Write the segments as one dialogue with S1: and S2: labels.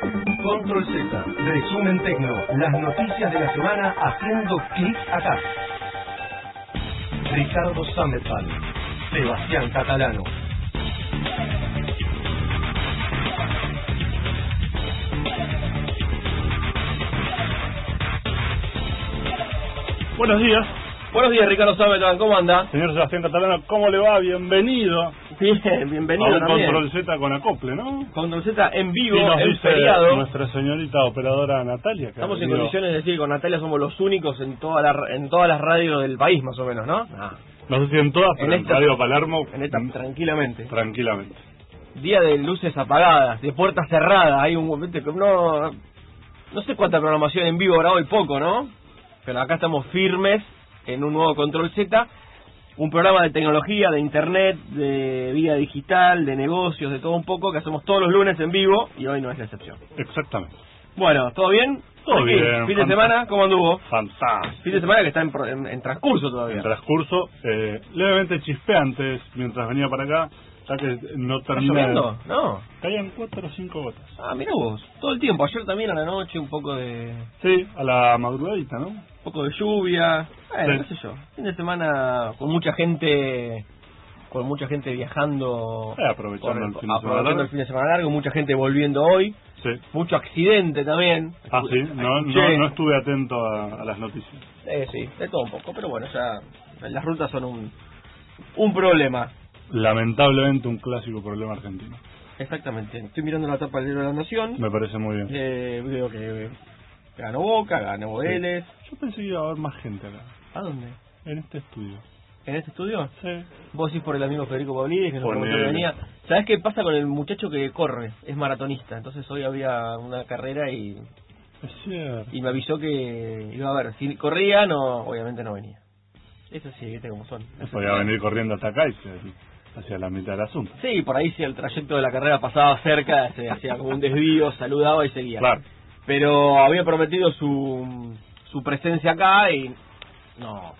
S1: Control Z, resumen tecno, las noticias de la semana haciendo clic acá. Ricardo Samerfal, Sebastián Catalano.
S2: Buenos días,
S3: Buenos días, Ricardo Sabetan, ¿cómo anda?
S2: señor Sebastián Catalano, ¿cómo le va? Bienvenido
S3: Bien,
S2: a un
S3: bienvenido también.
S2: Control Z con acople, ¿no?
S3: Control Z en vivo,
S2: Y nos
S3: en
S2: dice
S3: feriado.
S2: nuestra señorita operadora Natalia. que
S3: Estamos en
S2: digo,
S3: condiciones de decir que con Natalia somos los únicos en, toda la, en todas las radios del país, más o menos, ¿no?
S2: No sé si Ah. en todas,
S3: En
S2: pero en
S3: esta-
S2: Radio Palermo,
S3: En esta, tranquilamente.
S2: tranquilamente.
S3: Día de luces apagadas, de puertas cerradas. Hay un momento que no. No sé cuánta programación en vivo habrá hoy, poco, ¿no? Pero acá estamos firmes en un nuevo Control Z. Un programa de tecnología, de internet, de vida digital, de negocios, de todo un poco, que hacemos todos los lunes en vivo y hoy no es la excepción.
S2: Exactamente.
S3: Bueno, ¿todo bien?
S2: Todo
S3: Aquí,
S2: bien,
S3: Fin
S2: fantástico.
S3: de semana, ¿cómo anduvo?
S2: Fantástico.
S3: Fin de semana que está en, pro- en- en transcurso todavía.
S2: En transcurso, eh, levemente chispeantes mientras venía para acá, ya que no
S3: ¿Está
S2: terminé.
S3: lloviendo? No.
S2: Caían cuatro o cinco gotas.
S3: Ah, mira vos. Todo el tiempo. Ayer también a la noche un poco de
S2: Sí, a la madrugadita, ¿no? Eh,
S3: un poco de lluvia. Bueno,
S2: Sí.
S3: qué sé yo. Fin de semana con mucha gente con mucha gente viajando.
S2: Eh, aprovechando
S3: por
S2: el fin de semana
S3: aprovechando
S2: largo.
S3: el fin de semana largo, mucha gente volviendo hoy,
S2: Sí.
S3: mucho accidente también.
S2: Ah, sí, no, no,
S3: Escuché-
S2: no estuve atento a, a las noticias.
S3: Eh, sí, de todo un poco, pero bueno, ya las rutas son un, un problema.
S2: Lamentablemente un clásico problema argentino.
S3: Exactamente. Estoy mirando la tapa del libro de la Nación.
S2: Me parece muy bien.
S3: Eh, veo que ganó Boca, ganó
S2: Sí.
S3: Vélez.
S2: Yo pensé que iba a haber más gente acá,
S3: ¿A dónde?
S2: en este estudio.
S3: ¿En este estudio?
S2: Sí.
S3: Vos decís por el amigo Federico Pavlidis, que nos
S2: Ponele.
S3: preguntó que venía. ¿Sabés qué pasa con el muchacho que corre? Es maratonista. Entonces hoy había una carrera y,
S2: Es cierto.
S3: y me avisó que iba a ver. Si corría, no, obviamente no venía. Eso sí, viste cómo son.
S2: No podía venir corriendo hasta acá y se- hacia la mitad del asunto.
S3: Sí, por ahí si el trayecto de la carrera pasaba cerca, se hacía como un desvío, saludaba y seguía.
S2: Claro.
S3: pero había prometido su, su presencia acá y no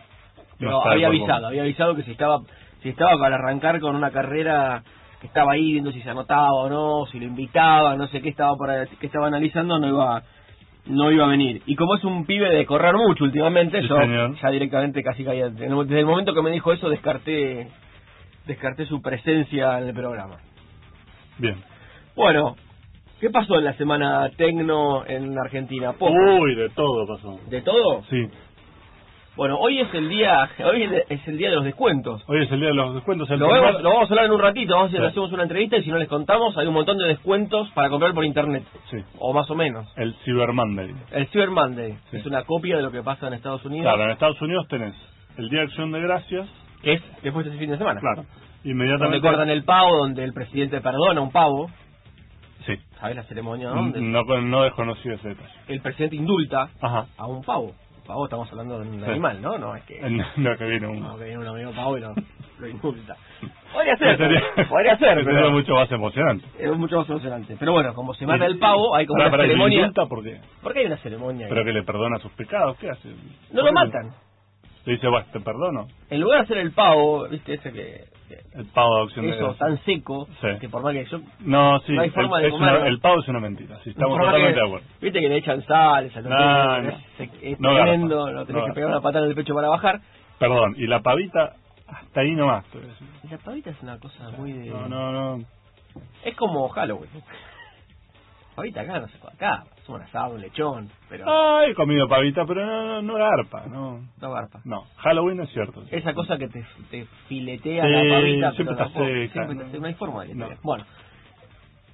S3: pero
S2: No está el cuerpo.
S3: había avisado había avisado que si estaba si estaba para arrancar con una carrera que estaba ahí viendo si se anotaba o no si lo invitaba no sé qué estaba para que estaba analizando no iba no iba a venir y como es un pibe de correr mucho últimamente
S2: Sí,
S3: yo
S2: señor.
S3: ya directamente casi caía desde el momento que me dijo eso descarté descarté su presencia en el programa
S2: Bien.
S3: bueno qué pasó en la semana tecno en Argentina Poco.
S2: Uy, de todo pasó.
S3: ¿De todo?
S2: Sí.
S3: Bueno, hoy es el día hoy es el día de los descuentos.
S2: Hoy es el día de los descuentos. El
S3: Lo
S2: primer-
S3: vemos- lo vamos a hablar en un ratito, vamos a hacer,
S2: Sí.
S3: hacemos una entrevista y si no les contamos, hay un montón de descuentos para comprar por internet,
S2: Sí.
S3: o más o menos.
S2: El Cyber Monday.
S3: El Cyber Monday
S2: Sí.
S3: es una copia de lo que pasa en Estados Unidos,
S2: Claro, en Estados Unidos tenés el Día de Acción de Gracias.
S3: que es después de ese fin de semana.
S2: Claro.
S3: Donde
S2: Inmediatamente.
S3: cortan el pavo, donde el presidente perdona un pavo,
S2: Sí.
S3: ¿sabes la ceremonia?
S2: Mm,
S3: no? Donde
S2: No, no desconocí ese detalle.
S3: El presidente indulta
S2: Ajá.
S3: a un pavo. Pavo, estamos hablando de un
S2: Sí.
S3: animal, ¿no? No, es que...
S2: No, que viene un...
S3: No, que viene un amigo pavo y lo, lo indulta. Podría ser,
S2: Sería-
S3: podría ser,
S2: sería
S3: pero...
S2: mucho más emocionante.
S3: Es mucho más emocionante. Pero bueno, como se mata el pavo, hay como
S2: Pará,
S3: una
S2: pará, ¿y le
S3: ceremonia.
S2: indulta por qué?
S3: ¿Por qué hay una ceremonia? ahí?
S2: Pero que le perdona sus pecados, ¿qué hace?
S3: No lo matan.
S2: Le dice, bueno, te perdono.
S3: En lugar de hacer el pavo, viste, ese que. que-
S2: El pavo de acción de
S3: Eso,
S2: gracias.
S3: tan seco,
S2: Sí.
S3: que por más que yo.
S2: No, sí,
S3: No hay
S2: el,
S3: forma de
S2: es una-
S3: comerlo.
S2: el pavo es una mentira, sí, estamos
S3: por más
S2: totalmente
S3: que-
S2: de acuerdo.
S3: Viste que le echan sal, esa
S2: No,
S3: tortilla,
S2: no.
S3: que es, es
S2: No garpa,
S3: tremendo, lo tenés
S2: no
S3: que
S2: garpa.
S3: pegar una patada en el pecho para bajar.
S2: Perdón, y la pavita, hasta ahí nomás. te voy a decir.
S3: Y la pavita es una cosa muy de.
S2: No, no, no.
S3: Es como Halloween. Pavita acá, no sé, acá, es un asado, un lechón, pero.
S2: Ay, he comido pavita, pero no, no, no garpa, no.
S3: No garpa.
S2: No, Halloween es cierto.
S3: Esa cosa que te, te filetea
S2: Sí,
S3: la pavita,
S2: siempre
S3: pero
S2: está
S3: tampoco-
S2: seca,
S3: siempre
S2: ¿no?
S3: está seca, no hay forma de que
S2: No.
S3: te- Bueno,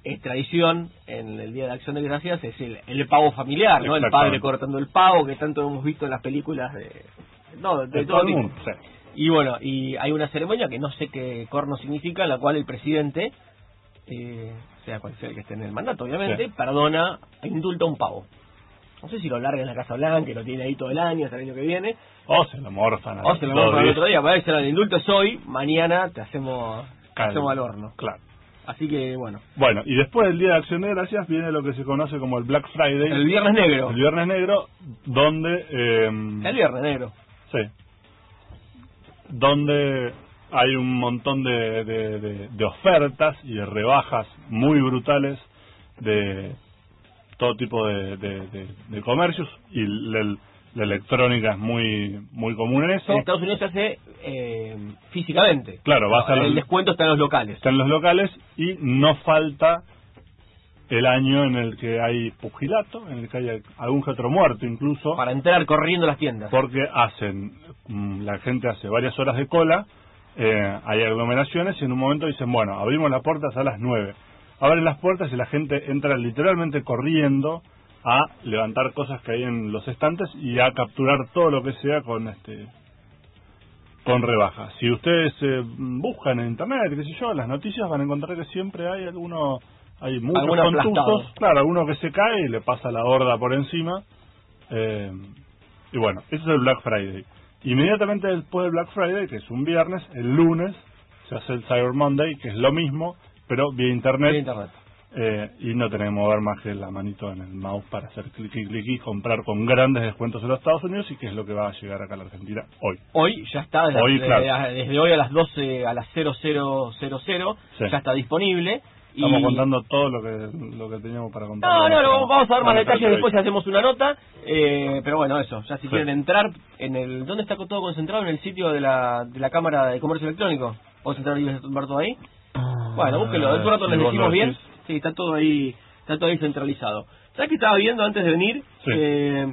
S3: es tradición en el Día de Acción de Gracias, es el, el pavo familiar, ¿no? El padre
S2: Exactamente.
S3: cortando el pavo, que tanto hemos visto en las películas de... No, de,
S2: De
S3: todo
S2: todo el
S3: tipo.
S2: mundo, sí.
S3: Y bueno, y hay una ceremonia que no sé qué corno significa, en la cual el presidente, eh, sea cual sea el que esté en el mandato, obviamente,
S2: Sí.
S3: perdona, e indulta a un pavo. No sé si lo larga en la Casa Blanca, y lo tiene ahí todo el año, hasta el año que viene,
S2: O se lo morfan.
S3: o se lo
S2: todo
S3: vamos para el
S2: bien.
S3: otro día, para el indulto es hoy, mañana te hacemos, te
S2: Claro.
S3: hacemos al horno.
S2: Claro.
S3: Así que bueno,
S2: Bueno, y después del Día de Acción de Gracias viene lo que se conoce como el Black Friday,
S3: el viernes negro.
S2: el Viernes Negro, donde... em,
S3: El viernes negro.
S2: Sí. Donde hay un montón de, de- de- de ofertas y de rebajas muy brutales de todo tipo de, de, de- de comercios y la, la electrónica es muy muy común en eso.
S3: En Estados Unidos se hace eh, físicamente.
S2: Claro, vas a
S3: El
S2: los-
S3: descuento está en los locales.
S2: Están los locales y no falta el año en el que hay pugilato, en el que hay algún que otro muerto incluso.
S3: Para entrar corriendo a las tiendas.
S2: porque hacen mm, la gente hace varias horas de cola eh, hay aglomeraciones y en un momento dicen bueno abrimos las puertas a las 9 abren las puertas y la gente entra literalmente corriendo a levantar cosas que hay en los estantes y a capturar todo lo que sea con este con rebajas si ustedes eh, buscan en internet qué sé yo las noticias van a encontrar que siempre hay alguno hay muchos
S3: Algún aplastado.
S2: contusos claro alguno que se cae y le pasa la horda por encima eh, y bueno, ese es el Black Friday. Inmediatamente después del Black Friday, que es un viernes, el lunes se hace el Cyber Monday, que es lo mismo, pero vía internet.
S3: En internet.
S2: eh, y no tenemos que mover más que la manito en el mouse para hacer clic y clic y comprar con grandes descuentos en los Estados Unidos y que es lo que va a llegar acá a la Argentina hoy.
S3: Hoy ya está, desde,
S2: Hoy,
S3: de-
S2: claro.
S3: desde hoy a las 12, a las 0000,
S2: Sí.
S3: ya está disponible. y-
S2: Estamos contando todo lo que lo que teníamos para contar.
S3: No, no, no, vamos a dar
S2: Vamos
S3: más detalles
S2: hoy.
S3: después, hacemos una nota. Eh, pero bueno, eso, ya si
S2: Sí.
S3: quieren entrar, en el ¿dónde está todo concentrado? ¿En el sitio de la, de la Cámara de Comercio Electrónico? ¿Vos entrar y ver todo ahí? Bueno, búsquelo, dentro de un rato
S2: si
S3: les
S2: Ah, vos lo
S3: decimos bien.
S2: decís.
S3: Sí, está todo ahí, está todo ahí centralizado. ¿Sabes qué estaba viendo antes de venir?
S2: Sí.
S3: Eh,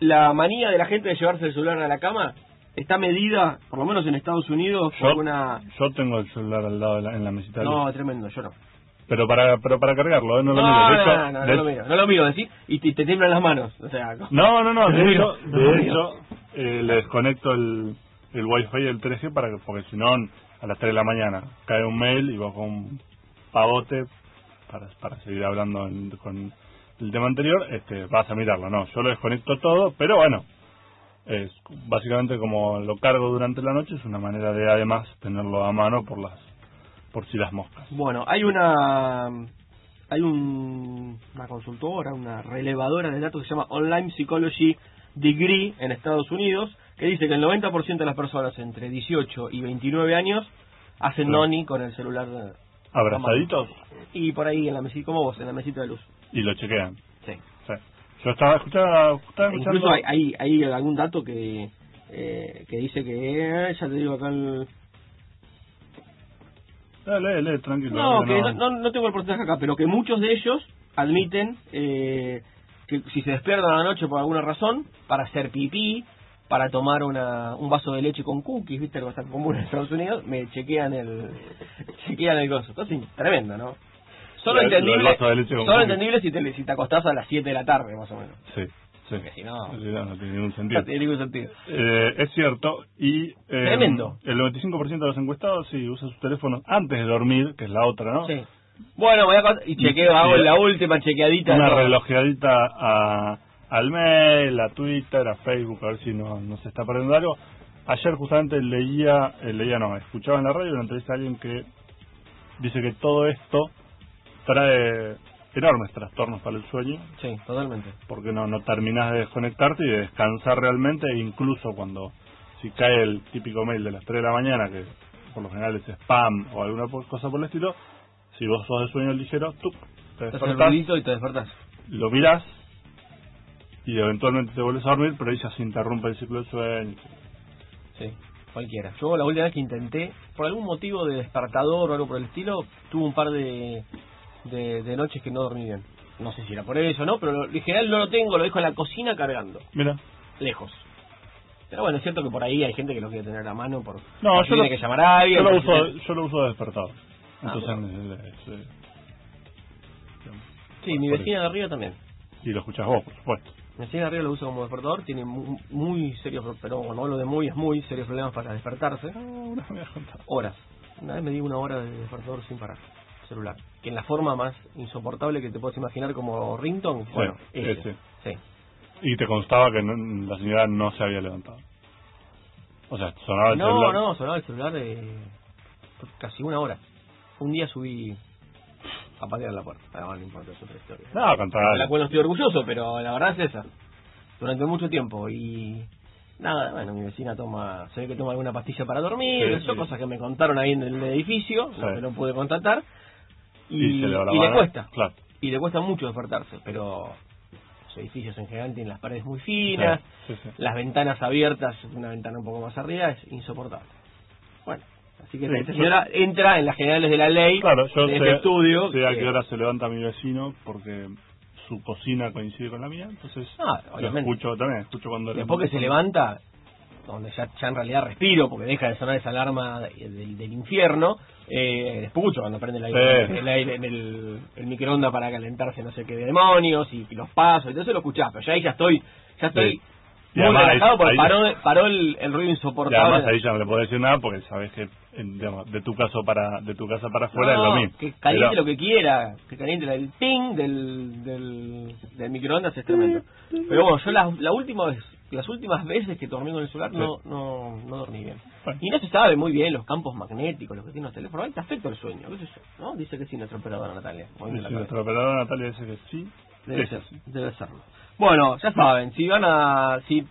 S3: la manía de la gente de llevarse el celular a la cama está medida, por lo menos en Estados Unidos, por
S2: Yo,
S3: una...
S2: yo tengo el celular al lado de la- en la mesita. de luz.
S3: No, tremendo, yo no.
S2: Pero para pero para cargarlo, ¿eh? no lo
S3: no,
S2: miro. De hecho,
S3: no, no, no
S2: de-
S3: lo miro, no lo miro, decís, y te, te tiemblan las manos. O sea,
S2: No, no, no,
S3: Te
S2: de
S3: miro,
S2: hecho,
S3: te
S2: de
S3: miro.
S2: hecho eh, le desconecto el, el wifi y el 3G para que, porque si no, a las 3 de la mañana cae un mail y bajo un pavote para, para seguir hablando en- con el tema anterior, este, vas a mirarlo, no, yo lo desconecto todo, pero bueno, es básicamente como lo cargo durante la noche, es una manera de además tenerlo a mano por las por si las moscas.
S3: Bueno, hay una hay un- una consultora, una relevadora de datos que se llama Online Psychology Degree en Estados Unidos, que dice que el 90% de las personas entre 18 y 29 años hacen
S2: Sí.
S3: noni con el celular eh,
S2: Abrazaditos
S3: y por ahí en la mesita, como vos, en la mesita de luz.
S2: y lo chequean.
S3: Sí.
S2: sí. Yo estaba escuchando... Estaba escuchando
S3: Incluso hay, hay, hay algún dato que eh, que dice que ya te digo acá el
S2: Eh, lee, lee, tranquilo.
S3: No,
S2: lee,
S3: que no, no, no tengo el porcentaje acá, pero que muchos de ellos admiten eh, que si se despiertan a la noche por alguna razón, para hacer pipí, para tomar una, un vaso de leche con cookies, viste que es bastante común en Estados Unidos, me chequean el chequean el gozo. Entonces, tremendo, ¿no? Solo
S2: Lo- lo del
S3: entendible,
S2: vaso de leche con
S3: solo
S2: cookies.
S3: entendible si, te, si te acostás a las 7 de la tarde, más o menos.
S2: Sí, sí.
S3: Porque si no-
S2: En realidad no tiene ningún sentido.
S3: No tiene ningún sentido.
S2: Eh, es cierto, y eh,
S3: Tremendo.
S2: el 95% de los encuestados sí usa sus teléfonos antes de dormir, que es la otra, ¿no?
S3: Sí. Bueno, voy a acostar- y chequeo, hago
S2: Sí.
S3: la última chequeadita.
S2: Una
S3: ¿no?
S2: relojeadita a, al mail, a Twitter, a Facebook, a ver si no, no se está perdiendo algo. Ayer justamente leía, eh, leía no, escuchaba en la radio una entrevista a alguien que dice que todo esto trae enormes trastornos para el sueño,
S3: Sí, totalmente.
S2: porque no, no terminás de desconectarte y de descansar realmente, e incluso cuando si cae el típico mail de las 3 de la mañana, que por lo general es spam o alguna po- cosa por el estilo, si vos sos de sueño ligero, tú te
S3: Estás en el
S2: despertás,
S3: ruidito y te despertás.
S2: lo mirás y eventualmente te vuelves a dormir, pero ahí ya se interrumpe el ciclo del sueño.
S3: Sí, cualquiera. Yo la última vez que intenté, por algún motivo de despertador o algo por el estilo, tuve un par de, de, de noches que no dormí bien. No sé si era por eso o no, pero lo- en general no lo tengo, lo dejo en la cocina cargando,
S2: Mira,
S3: lejos. Pero bueno, es cierto que por ahí hay gente que lo quiere tener a la mano por
S2: No,
S3: por si
S2: yo lo-
S3: Ah, tiene que llamar a alguien.
S2: yo lo,
S3: por si
S2: uso,
S3: tiene-
S2: yo lo uso de despertador.
S3: Ah,
S2: Entonces, eh, eh,
S3: Sí, mi
S2: por
S3: vecina de arriba también.
S2: y lo escuchás vos, por supuesto.
S3: Mi vecina de arriba lo usa como despertador, tiene mu- muy serios, pro- pero cuando hablo de muy, es muy serios problemas para despertarse.
S2: Una me voy a contar.
S3: horas. Una vez me di una hora de despertador sin parar, celular. Que en la forma más insoportable que te puedas imaginar como ringtone, bueno, ese.
S2: ese.
S3: Sí.
S2: Y te constaba que no- la señora no se había levantado. O sea, sonaba Ah, el
S3: No,
S2: celular.
S3: no, sonaba el celular eh, por casi una hora. Un día subí a patear la puerta. Ah, no importa, es otra historia.
S2: No, cantaba.
S3: de la cual no estoy orgulloso, pero la verdad es esa. Durante mucho tiempo y nada, bueno, mi vecina toma, se ve que toma alguna pastilla para dormir,
S2: Sí,
S3: eso,
S2: sí.
S3: cosas que me contaron ahí en el edificio,
S2: Sí.
S3: no, que no pude contratar. Y,
S2: se le va la
S3: y le
S2: mano.
S3: cuesta.
S2: Claro.
S3: y le cuesta mucho despertarse, pero los edificios en general tienen las paredes muy finas,
S2: Sí, sí, sí.
S3: las ventanas abiertas, una ventana un poco más arriba, es insoportable. Bueno, así que
S2: Sí,
S3: esta
S2: yo-
S3: señora entra en las generales de la ley
S2: Claro, yo sé,
S3: de este estudio.
S2: sé a
S3: que-
S2: qué hora se levanta mi vecino porque su cocina coincide con la mía, entonces
S3: Ah,
S2: lo
S3: obviamente.
S2: escucho también, escucho cuando...
S3: Después que se levanta, donde ya, ya en realidad respiro, porque deja de sonar esa alarma de- del, del infierno, eh, escucho cuando prende el aire,
S2: Sí.
S3: el, aire en el, el microondas para calentarse no sé qué demonios y, y los pasos, entonces lo escuchás, pero ya ahí ya estoy, ya estoy
S2: Sí. Y
S3: muy
S2: además ahí-
S3: relajado porque
S2: ahí-
S3: paró, paró el, el ruido
S2: Y además
S3: insoportable.
S2: ahí ya no le puedo decir nada porque sabes que en- digamos, de tu casa para de tu casa para afuera
S3: No,
S2: es lo mismo.
S3: que caliente
S2: Pero-
S3: lo que quiera, que caliente el ping del, del, del microondas es tremendo. Pero bueno, yo las, la última vez, las últimas veces que dormí con el celular no, no, no dormí bien.
S2: Bueno.
S3: Y no se sabe muy bien los campos magnéticos, los que tienen los teléfonos, ahí te afecta el sueño, qué sé yo, ¿no? Dice que sí nuestra operadora Natalia. moviendo
S2: Sí,
S3: la
S2: sí,
S3: cabeza.
S2: nuestra operadora Natalia dice que sí.
S3: Debe
S2: es
S3: ser,
S2: así.
S3: debe serlo. Bueno, ya saben, si van a, si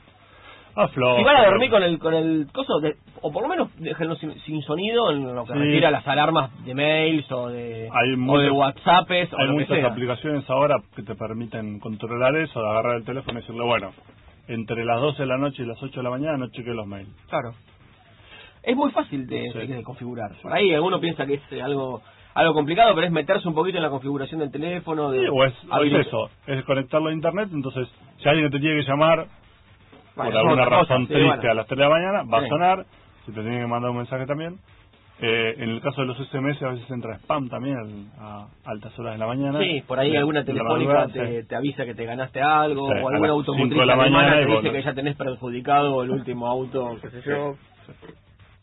S2: Afloja,
S3: si van a
S2: pero-
S3: dormir con el con el coso, de- o por lo menos déjenlo sin, sin sonido en lo que
S2: Sí.
S3: refiere a las alarmas de mails o de,
S2: Hay
S3: o
S2: muchas-
S3: de WhatsAppes o
S2: Hay
S3: lo que
S2: muchas
S3: sea.
S2: aplicaciones ahora que te permiten controlar eso, de agarrar el teléfono y decirle, bueno, entre las 12 de la noche y las 8 de la mañana no cheque los mails.
S3: Claro. Es muy fácil de,
S2: Sí.
S3: de configurar. Por ahí alguno piensa que es eh, algo algo complicado, pero es meterse un poquito en la configuración del teléfono. De,
S2: Sí, o es, o es
S3: habilitar-
S2: eso, es conectarlo a internet, entonces si alguien te tiene que llamar
S3: Bueno,
S2: por alguna
S3: otra cosa,
S2: razón
S3: sí,
S2: triste
S3: bueno.
S2: a las 3 de la mañana, va
S3: Sí.
S2: a sonar, si te tiene que mandar un mensaje también. Eh, en el caso de los SMS a veces entra spam también al- a altas horas de la mañana.
S3: Sí, por ahí
S2: De-
S3: alguna
S2: de la
S3: telefónica
S2: madrugada,
S3: te,
S2: sí.
S3: te avisa que te ganaste algo,
S2: Sí,
S3: o
S2: a
S3: alguna
S2: las
S3: automotriz
S2: cinco de la mañana
S3: te
S2: y
S3: dice
S2: vos no.
S3: que ya tenés perjudicado el último auto, qué sé yo.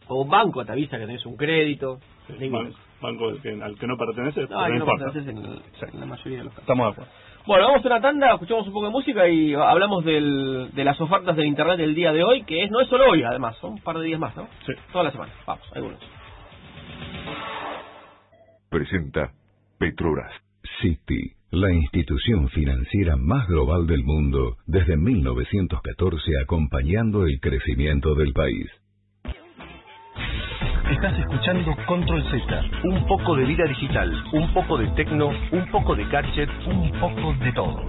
S3: O un banco te avisa que tenés un crédito.
S2: Sí,
S3: Digo,
S2: ban- banco al que, al que no pertenece,
S3: No,
S2: no
S3: hay que no
S2: importa.
S3: perteneces en, el-
S2: Sí.
S3: en la mayoría de los casos.
S2: Estamos de acuerdo.
S3: Bueno, vamos a una tanda, escuchamos un poco de música y hablamos del, de las ofertas del internet del día de hoy, que es no es solo hoy, además, son un par de días más, ¿no?
S2: Sí.
S3: Toda la semana. Vamos, algunos.
S4: presenta Petronas City, la institución financiera más global del mundo desde 1914 acompañando el crecimiento del país.
S1: Estás escuchando Control Z, un poco de vida digital, un poco de tecno, un poco de gadget, un poco de todo.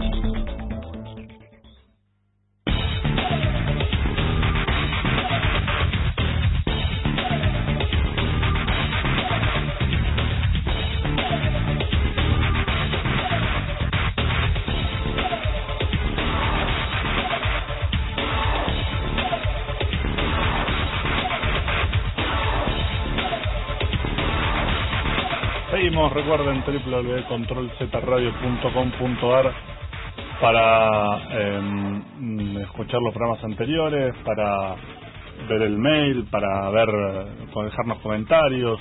S2: Seguimos, recuerden www.controlzradio.com.ar para eh, mm, escuchar los programas anteriores, para ver el mail, para ver, eh, con- dejarnos comentarios,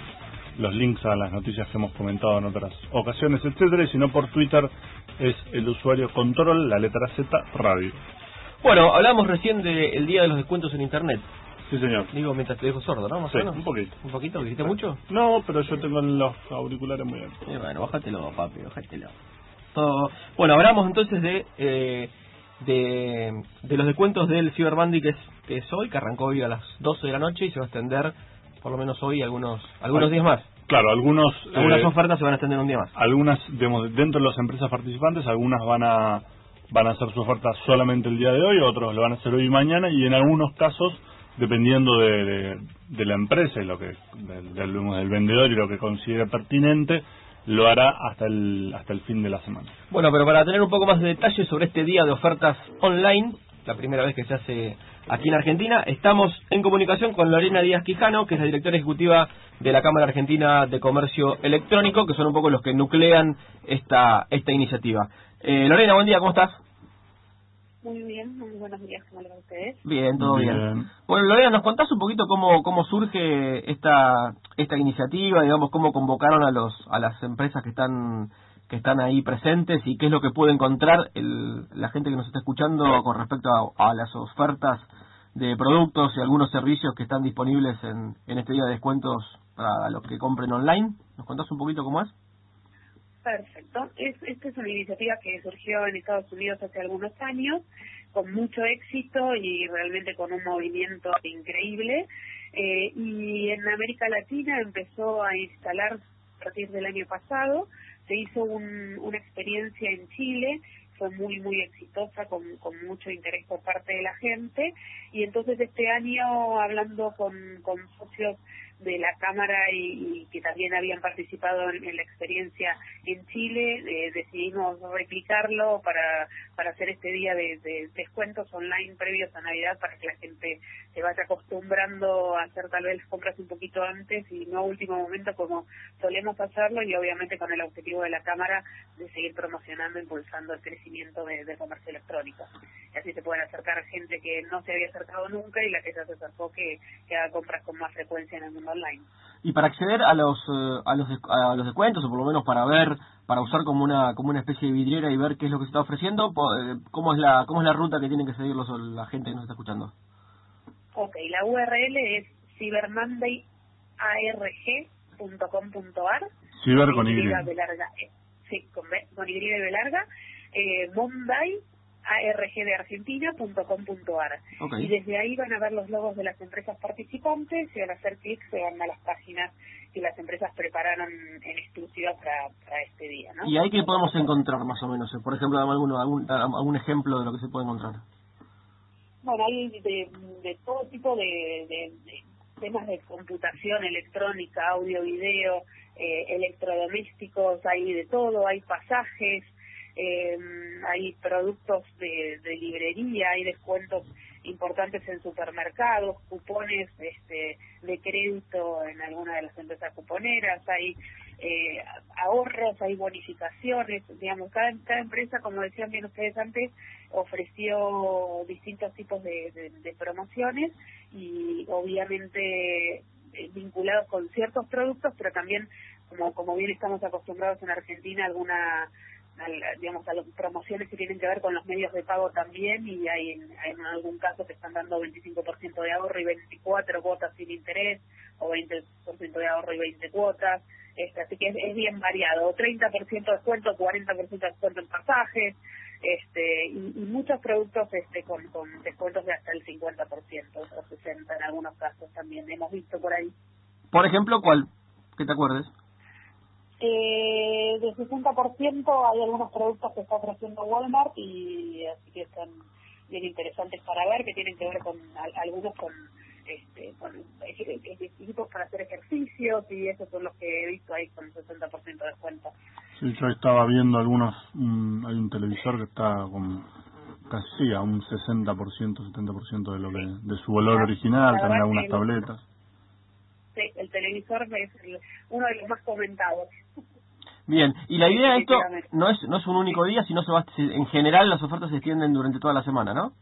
S2: los links a las noticias que hemos comentado en otras ocasiones, etcétera. Y si no por Twitter es el usuario control, la letra Z, radio.
S3: Bueno, hablamos recién del día de los descuentos en internet.
S2: Sí, señor.
S3: Digo, mientras te dejo sordo, ¿no? Más
S2: Sí,
S3: o menos.
S2: un poquito.
S3: ¿Un poquito? ¿Hiciste mucho?
S2: No, pero yo tengo los auriculares muy bien.
S3: Eh, bueno, bájatelo, papi, bájatelo. Todo- Bueno, hablamos entonces de, eh, de de los descuentos del Cyber Monday que es, que es hoy, que arrancó hoy a las 12 de la noche y se va a extender por lo menos hoy algunos algunos
S2: Ay.
S3: días más.
S2: Claro, algunos...
S3: Algunas
S2: eh,
S3: ofertas se van a extender un día más.
S2: algunas digamos, dentro de las empresas participantes algunas van a van a hacer su oferta solamente el día de hoy otros lo van a hacer hoy y mañana y en algunos casos dependiendo de, de- de la empresa y lo que del, del- del vendedor y lo que considere pertinente lo hará hasta el hasta el fin de la semana
S3: Bueno, pero para tener un poco más de detalle sobre este día de ofertas online, la primera vez que se hace aquí en Argentina, estamos en comunicación con Lorena Díaz Quijano, que es la directora ejecutiva de la Cámara Argentina de Comercio Electrónico, que son un poco los que nuclean esta, esta iniciativa. Eh, Lorena, buen día, ¿cómo estás?
S5: Muy bien, muy buenos días, ¿cómo le va a ustedes?
S3: Bien, todo bien.
S2: Bien.
S3: Bueno, Lorena, ¿nos contás un poquito cómo, cómo surge esta, esta iniciativa, digamos, cómo convocaron a, los, a las empresas que están, que están ahí presentes y qué es lo que puede encontrar el, la gente que nos está escuchando con respecto a, a las ofertas de productos y algunos servicios que están disponibles en, en este día de descuentos para los que compren online? ¿Nos contás un poquito cómo es?
S5: Perfecto. Es, esta es una iniciativa que surgió en Estados Unidos hace algunos años, con mucho éxito y realmente con un movimiento increíble. Eh, y en América Latina empezó a instalar a partir del año pasado. se hizo un, una experiencia en Chile fue muy muy exitosa con, con mucho interés por parte de la gente y entonces este año hablando con, con socios de la cámara y, y que también habían participado en, en la experiencia en Chile eh, decidimos replicarlo para para hacer este día de, de descuentos online previos a Navidad para que la gente se vaya acostumbrando a hacer tal vez las compras un poquito antes y no a último momento como solemos hacerlo y obviamente con el objetivo de la cámara de seguir promocionando impulsando el crecimiento de, de, comercio electrónico. Y así se pueden acercar gente que no se había acercado nunca y la que ya se acercó que, que haga compras con más frecuencia en el mundo online.
S3: Y para acceder a los, eh, a los a los descuentos, o por lo menos para ver, para usar como una como una especie de vidriera y ver qué es lo que se está ofreciendo, eh, ¿cómo es la cómo es la ruta que tienen que seguir los, la gente que nos está escuchando?
S5: Ok, la URL es cibermondayarg.com.ar
S2: Ciber con Y.
S5: De larga, eh, sí, con, B, con Y de larga eh, Monday arg de argentina.com.ar okay. y desde ahí van a ver los logos de las empresas participantes y al hacer clic se van a las páginas que las empresas prepararon en exclusiva para, para este día ¿no?
S3: y ahí que podemos encontrar más o menos eh, por ejemplo dame alguno, algún, algún ejemplo de lo que se puede encontrar
S5: bueno hay de, de todo tipo de, de, de temas de computación electrónica audio video eh, electrodomésticos hay de todo hay pasajes eh, hay productos de, de, librería, hay descuentos importantes en supermercados, cupones este, de crédito en alguna de las empresas cuponeras, hay eh, ahorros, hay bonificaciones, digamos, cada, cada empresa, como decían bien ustedes antes, ofreció distintos tipos de, de, de promociones y obviamente eh, vinculados con ciertos productos, pero también, como, como bien estamos acostumbrados en Argentina, alguna digamos, a las promociones que tienen que ver con los medios de pago también y hay en, hay en algún caso que están dando 25% de ahorro y 24 cuotas sin interés o 20% de ahorro y 20 cuotas. Este, así que es, es bien variado, 30% de descuento, 40% de descuento en pasajes este, y, y, muchos productos este, con, con descuentos de hasta el 50% o 60% en algunos casos también. Hemos visto por ahí.
S3: Por ejemplo, ¿cuál? ¿Qué te acuerdes?
S5: eh, de 60% hay algunos productos que está ofreciendo Walmart y así que están bien interesantes para ver que tienen que ver con a, algunos con este, con equipos para hacer ejercicios y esos son los que he visto ahí con 60% de descuento.
S2: Sí, yo estaba viendo algunos, um, hay un televisor que está con casi a un 60%, 70% de lo que de su valor original,
S5: La
S2: también algunas
S5: el,
S2: tabletas.
S5: Sí, el televisor es el, uno de los más comentados.
S3: Bien, y la idea de esto no es no es un único día, sino se va, en general las ofertas se extienden durante toda la semana, ¿no?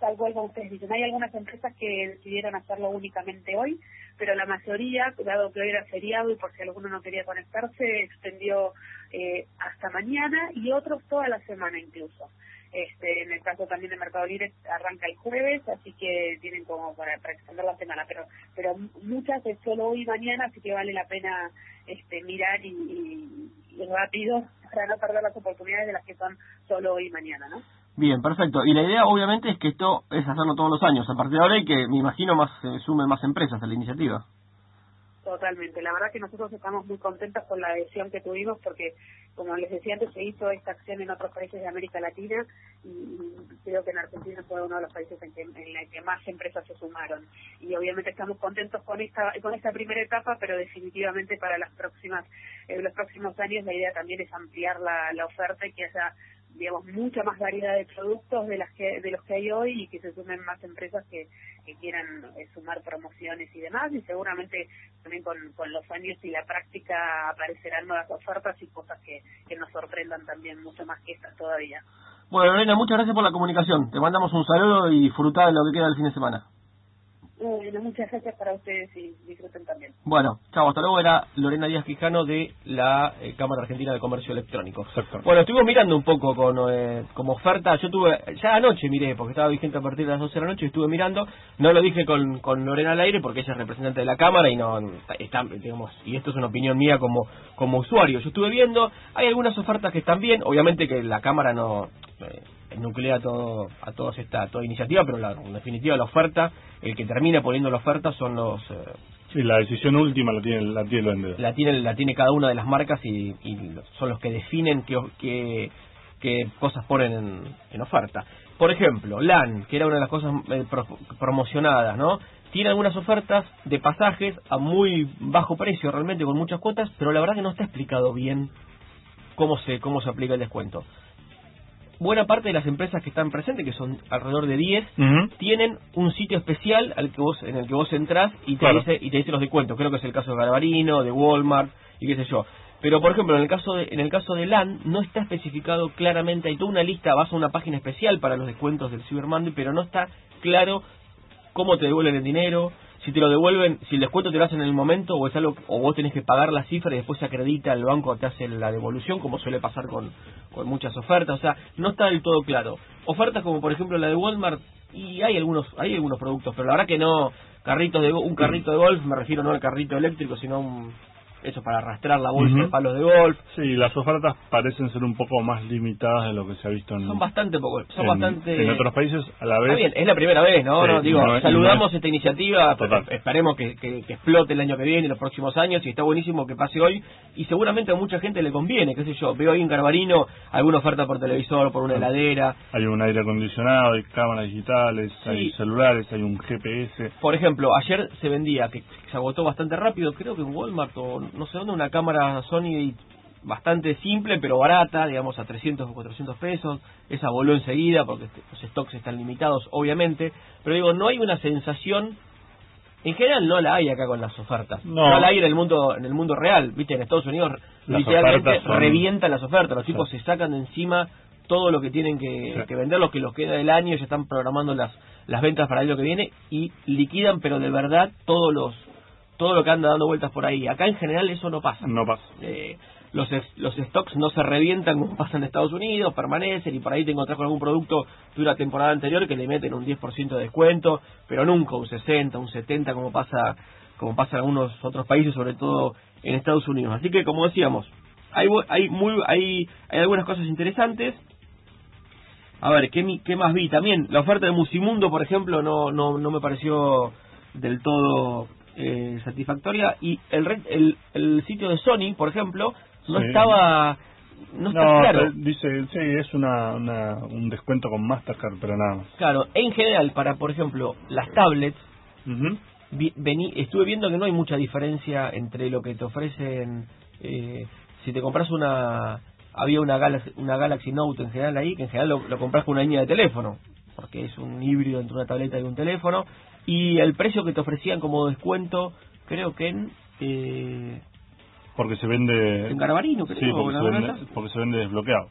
S5: Tal cual como ustedes dicen, hay algunas empresas que decidieron hacerlo únicamente hoy, pero la mayoría, dado que hoy era feriado y por si alguno no quería conectarse, extendió eh, hasta mañana y otros toda la semana incluso. Este, en el caso también de Mercado Libre arranca el jueves, así que tienen como para, para extender la semana, pero pero muchas es solo hoy y mañana, así que vale la pena este, mirar y, y, y, rápido para no perder las oportunidades de las que son solo hoy y mañana, ¿no?
S3: Bien, perfecto. Y la idea obviamente es que esto es hacerlo todos los años, a partir de ahora y que me imagino más eh, sumen más empresas a la iniciativa.
S5: Totalmente. La verdad que nosotros estamos muy contentos con la adhesión que tuvimos porque, como les decía antes, se hizo esta acción en otros países de América Latina y, creo que en Argentina fue uno de los países en, que, en la que más empresas se sumaron. Y obviamente estamos contentos con esta con esta primera etapa, pero definitivamente para las próximas eh, los próximos años la idea también es ampliar la, la oferta y que haya digamos mucha más variedad de productos de las que de los que hay hoy y que se sumen más empresas que, que quieran eh, sumar promociones y demás y seguramente también con, con los años y la práctica aparecerán nuevas ofertas y cosas que, que nos sorprendan también mucho más que estas todavía
S3: bueno Lorena muchas gracias por la comunicación te mandamos un saludo y disfrutá de lo que queda del fin de semana
S5: bueno, muchas gracias para ustedes y disfruten también.
S3: Bueno, chao, hasta luego. Era Lorena Díaz Quijano de la eh, Cámara Argentina de Comercio Electrónico.
S2: Exacto.
S3: Bueno, estuvimos mirando un poco con eh, como oferta. Yo tuve, ya anoche miré, porque estaba vigente a partir de las 12 de la noche, estuve mirando. No lo dije con, con Lorena al aire porque ella es representante de la Cámara y no está, está, digamos, y esto es una opinión mía como, como usuario. Yo estuve viendo, hay algunas ofertas que están bien, obviamente que la Cámara no. Eh, nuclea todo, a todos esta, toda iniciativa, pero la, en definitiva la oferta, el que termina poniendo la oferta son los, eh,
S2: Sí, la decisión última la tiene, la tiene el vendedor.
S3: La tiene, la tiene cada una de las marcas y, y son los que definen qué, qué, qué cosas ponen en, en oferta. Por ejemplo, LAN, que era una de las cosas eh, pro- promocionadas, ¿no? Tiene algunas ofertas de pasajes a muy bajo precio, realmente con muchas cuotas, pero la verdad que no está explicado bien cómo se, cómo se aplica el descuento. Buena parte de las empresas que están presentes, que son alrededor de 10,
S2: Ujú.
S3: tienen un sitio especial al que vos, en el que vos entrás y te,
S2: Claro.
S3: dice, y te dice los descuentos. Creo que es el caso de Barbarino, de Walmart y qué sé yo. Pero, por ejemplo, en el caso de, en el caso de LAN no está especificado claramente. Hay toda una lista, vas a una página especial para los descuentos del Cyber Monday, pero no está claro cómo te devuelven el dinero, si te lo devuelven, si el descuento te lo hacen en el momento o es algo o vos tenés que pagar la cifra y después se acredita el banco te hace la devolución como suele pasar con, con muchas ofertas, o sea, no está del todo claro. Ofertas como por ejemplo la de Walmart y hay algunos hay algunos productos, pero la verdad que no carritos de go- un carrito de golf, me refiero no al carrito eléctrico, sino a un eso para arrastrar la bolsa
S2: Ujú.
S3: de palos de golf.
S2: Sí, las ofertas parecen ser un poco más limitadas de lo que se ha visto en,
S3: Son bastante poco, son
S2: Mm. en-
S3: bastante
S2: en otros países a la
S3: Está
S2: vez.
S3: bien, es la primera vez, ¿no?
S2: Sí,
S3: No, digo,
S2: no es-
S3: saludamos
S2: no es-
S3: esta iniciativa,
S2: Total.
S3: esp- esperemos que, que- que explote el año que viene, los próximos años, y está buenísimo que pase hoy, y seguramente a mucha gente le conviene, qué sé yo, veo ahí en Garbarino alguna oferta por televisor,
S2: Ah.
S3: por una heladera,
S2: Hay un aire acondicionado, hay cámaras digitales,
S3: Sí.
S2: hay celulares, hay un GPS.
S3: por ejemplo, ayer se vendía, que se agotó bastante rápido, creo que en Walmart o no sé dónde, una cámara Sony bastante simple pero barata, digamos a 300 o 400 pesos, esa voló enseguida porque este, los stocks están limitados, obviamente, pero digo, no hay una sensación, en general no la hay acá con las ofertas,
S2: No.
S3: la hay en el mundo en el mundo real, viste, en Estados Unidos
S2: Las
S3: literalmente
S2: ofertas son-
S3: revientan las ofertas, los tipos
S2: Sí.
S3: se sacan de encima todo lo que tienen que,
S2: Sí.
S3: que vender, lo que los queda del año, ya están programando las, las ventas para el año que viene y liquidan, pero de verdad, todos los, todo lo que anda dando vueltas por ahí. Acá en general eso no pasa.
S2: No pasa.
S3: Eh, los, es- los stocks no se revientan como pasa en Estados Unidos, permanecen y por ahí te encontrás con algún producto de una temporada anterior que le meten un 10% de descuento, pero nunca un 60, un 70 como pasa como pasa en algunos otros países, sobre todo en Estados Unidos. Así que como decíamos, hay bu- hay muy hay hay algunas cosas interesantes. A ver, ¿qué, mi- ¿qué más vi? También la oferta de Musimundo, por ejemplo, no, no, no me pareció del todo eh, satisfactoria. Y el, red- el, el sitio de Sony, por ejemplo, no
S2: Sí.
S3: estaba... No está
S2: pero
S3: claro.
S2: dice, sí, es una, una- un descuento con Mastercard, pero nada más.
S3: Claro, en general, para, por ejemplo, las tablets,
S2: Ujú.
S3: vi- vení- estuve viendo que no hay mucha diferencia entre lo que te ofrecen... eh, si te compras una... Había una Galaxy, una Galaxy Note en general ahí, que en general lo, lo compras con una línea de teléfono, porque es un híbrido entre una tableta y un teléfono. Y el precio que te ofrecían como descuento, creo que en... eh,
S2: Porque se vende...
S3: en Garbarino, creo.
S2: Sí, porque
S3: en
S2: se,
S3: alguna
S2: vende,
S3: casa.
S2: porque se vende desbloqueado.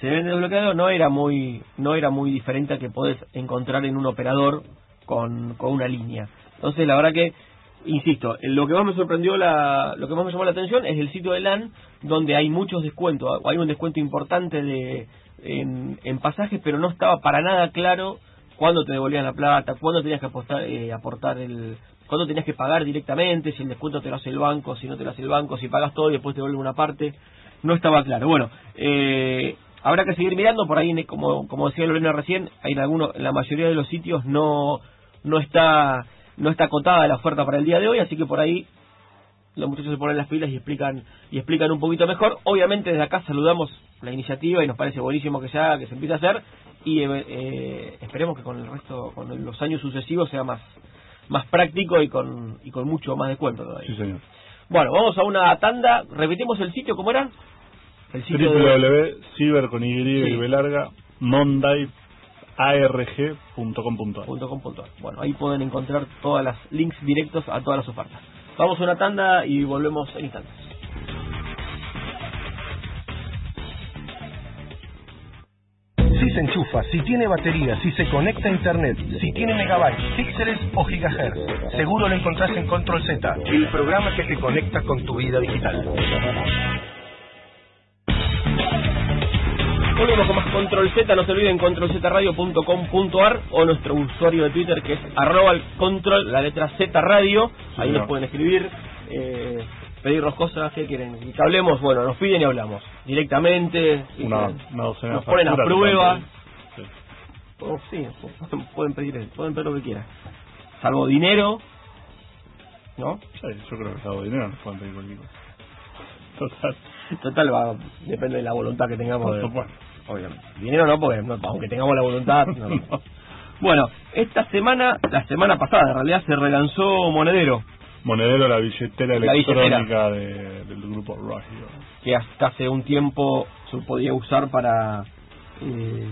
S3: Se vende desbloqueado, no era muy no era muy diferente a que podés encontrar en un operador con, con una línea. Entonces, la verdad que insisto, lo que más me sorprendió la lo que más me llamó la atención es el sitio de LAN donde hay muchos descuentos, ah, hay un descuento importante de en, en pasajes, pero no estaba para nada claro cuándo te devolvían la plata, cuándo tenías que apostar, eh, aportar el cuándo tenías que pagar directamente, si el descuento te lo hace el banco, si no te lo hace el banco, si pagas todo y después te devuelven una parte no estaba claro. Bueno, eh, habrá que seguir mirando por ahí, como, como decía Lorena recién, hay en algunos, en la mayoría de los sitios no no está no está acotada la oferta para el día de hoy, así que por ahí los muchachos se ponen las pilas y explican y explican un poquito mejor. Obviamente desde acá saludamos la iniciativa y nos parece buenísimo que se haga, que se empiece a hacer y eh, eh, esperemos que con el resto, con los años sucesivos sea más más práctico y con y con mucho más descuento todavía.
S2: Sí, señor.
S3: Bueno, vamos a una tanda. Repetimos el sitio, ¿cómo era? El sitio de-
S2: www.ciber con Y
S3: Sí.
S2: y B larga, mondayarg.com.ar.
S3: punto com punto ar. Bueno, ahí pueden encontrar todas las links directos a todas las ofertas. Vamos a una tanda y volvemos en instantes.
S1: Si se enchufa, si tiene batería, si se conecta a internet, si tiene megabytes, píxeles o gigahertz, seguro lo encontrás en Control Z, el programa que te conecta con tu vida digital.
S3: Volvemos con más Control Z, no se olviden controlzradio.com.ar o nuestro usuario de Twitter que es arroba el control, la letra Z Radio.
S2: Sí,
S3: Ahí
S2: señor.
S3: nos pueden escribir, eh, pedirnos cosas, que quieren? Y que hablemos, bueno, nos piden y hablamos directamente. y
S2: Una,
S3: que-
S2: una docena de
S3: nos ponen a
S2: facturas,
S3: prueba.
S2: Sí.
S3: Oh, sí, pueden pedir, pueden pedir lo que quieran. Salvo dinero,
S2: ¿No? Sí, yo creo que Estado Dinero nos pueden pedir cualquier cosa. Total.
S3: Total, va, depende de la voluntad que tengamos.
S2: Por
S3: de-
S2: supuesto.
S3: Obviamente. Dinero no, porque no, aunque tengamos la voluntad. no. Bueno, esta semana, la semana pasada en realidad, se relanzó Monedero,
S2: Monedero, la billetera
S3: La billetera.
S2: electrónica de- del grupo Radio.
S3: que hasta hace un tiempo se podía usar para. eh,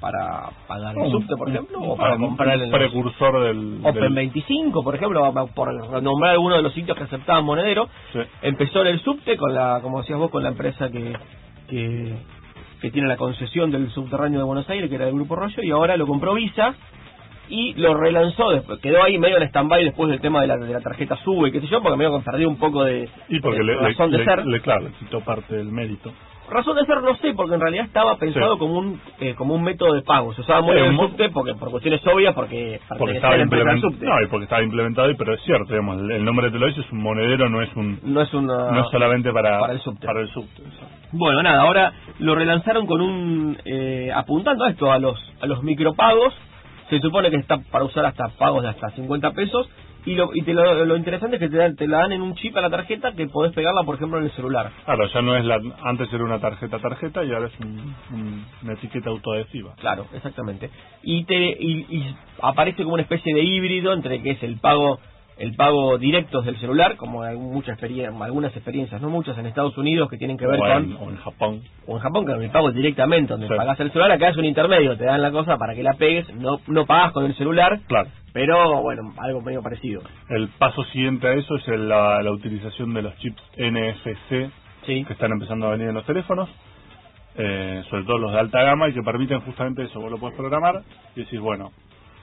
S3: para pagar el subte, por ejemplo, o Oh, eh, para
S2: un
S3: comprar el.
S2: precursor del. del-
S3: Open 25, por ejemplo, por nombrar alguno de los sitios que aceptaban Monedero,
S2: Sí.
S3: empezó en el subte con la como decías vos con la empresa que que, que tiene la concesión del subterráneo de Buenos Aires que era del grupo Rollo y ahora lo compró Visa y lo relanzó después quedó ahí medio en stand-by después del tema de la, de la tarjeta sube qué sé yo porque medio perdió un poco de,
S2: Y porque
S3: de
S2: le, le-
S3: razón de
S2: le-
S3: ser
S2: le- claro, le quitó parte del mérito.
S3: razón de ser no sé porque en realidad estaba pensado
S2: Sí.
S3: como un eh, como un método de pago se usaba mucho
S2: Sí,
S3: en el
S2: un-
S3: subte porque por cuestiones obvias porque
S2: Porque
S3: pertenecía a
S2: estaba,
S3: la empresa del
S2: implementado,
S3: subte
S2: no, y porque estaba implementado, y- pero es cierto, digamos, el, el nombre te lo dice, es un monedero, no es un
S3: no es una
S2: no es solamente para,
S3: para el subte.
S2: para el subte, exacto.
S3: Bueno, nada, ahora lo relanzaron con un... eh, apuntando a esto, a los, a los micropagos. Se supone que está para usar hasta pagos de hasta 50 pesos. Y lo, y te lo, lo interesante es que te, dan- te la dan en un chip a la tarjeta que podés pegarla, por ejemplo, en el celular.
S2: Claro, ya no es la. Antes era una tarjeta, tarjeta, y ahora es un- un- una etiqueta autoadhesiva.
S3: Claro, exactamente. Y te y, y aparece como una especie de híbrido entre que es el pago el pago directo del celular, como hay mucha experien- algunas experiencias, no muchas en Estados Unidos que tienen que ver
S2: o,
S3: con
S2: en, o en Japón.
S3: o en Japón que me pago directamente, donde
S2: Sí.
S3: pagás el celular, acá es un intermedio, te dan la cosa para que la pegues, no, no pagás con el celular,
S2: Claro.
S3: pero bueno, algo medio parecido.
S2: El paso siguiente a eso es el- la, la utilización de los chips NFC
S3: Sí,
S2: que están empezando a venir en los teléfonos, eh, sobre todo los de alta gama, y que permiten justamente eso. Vos lo podés programar y decís, bueno,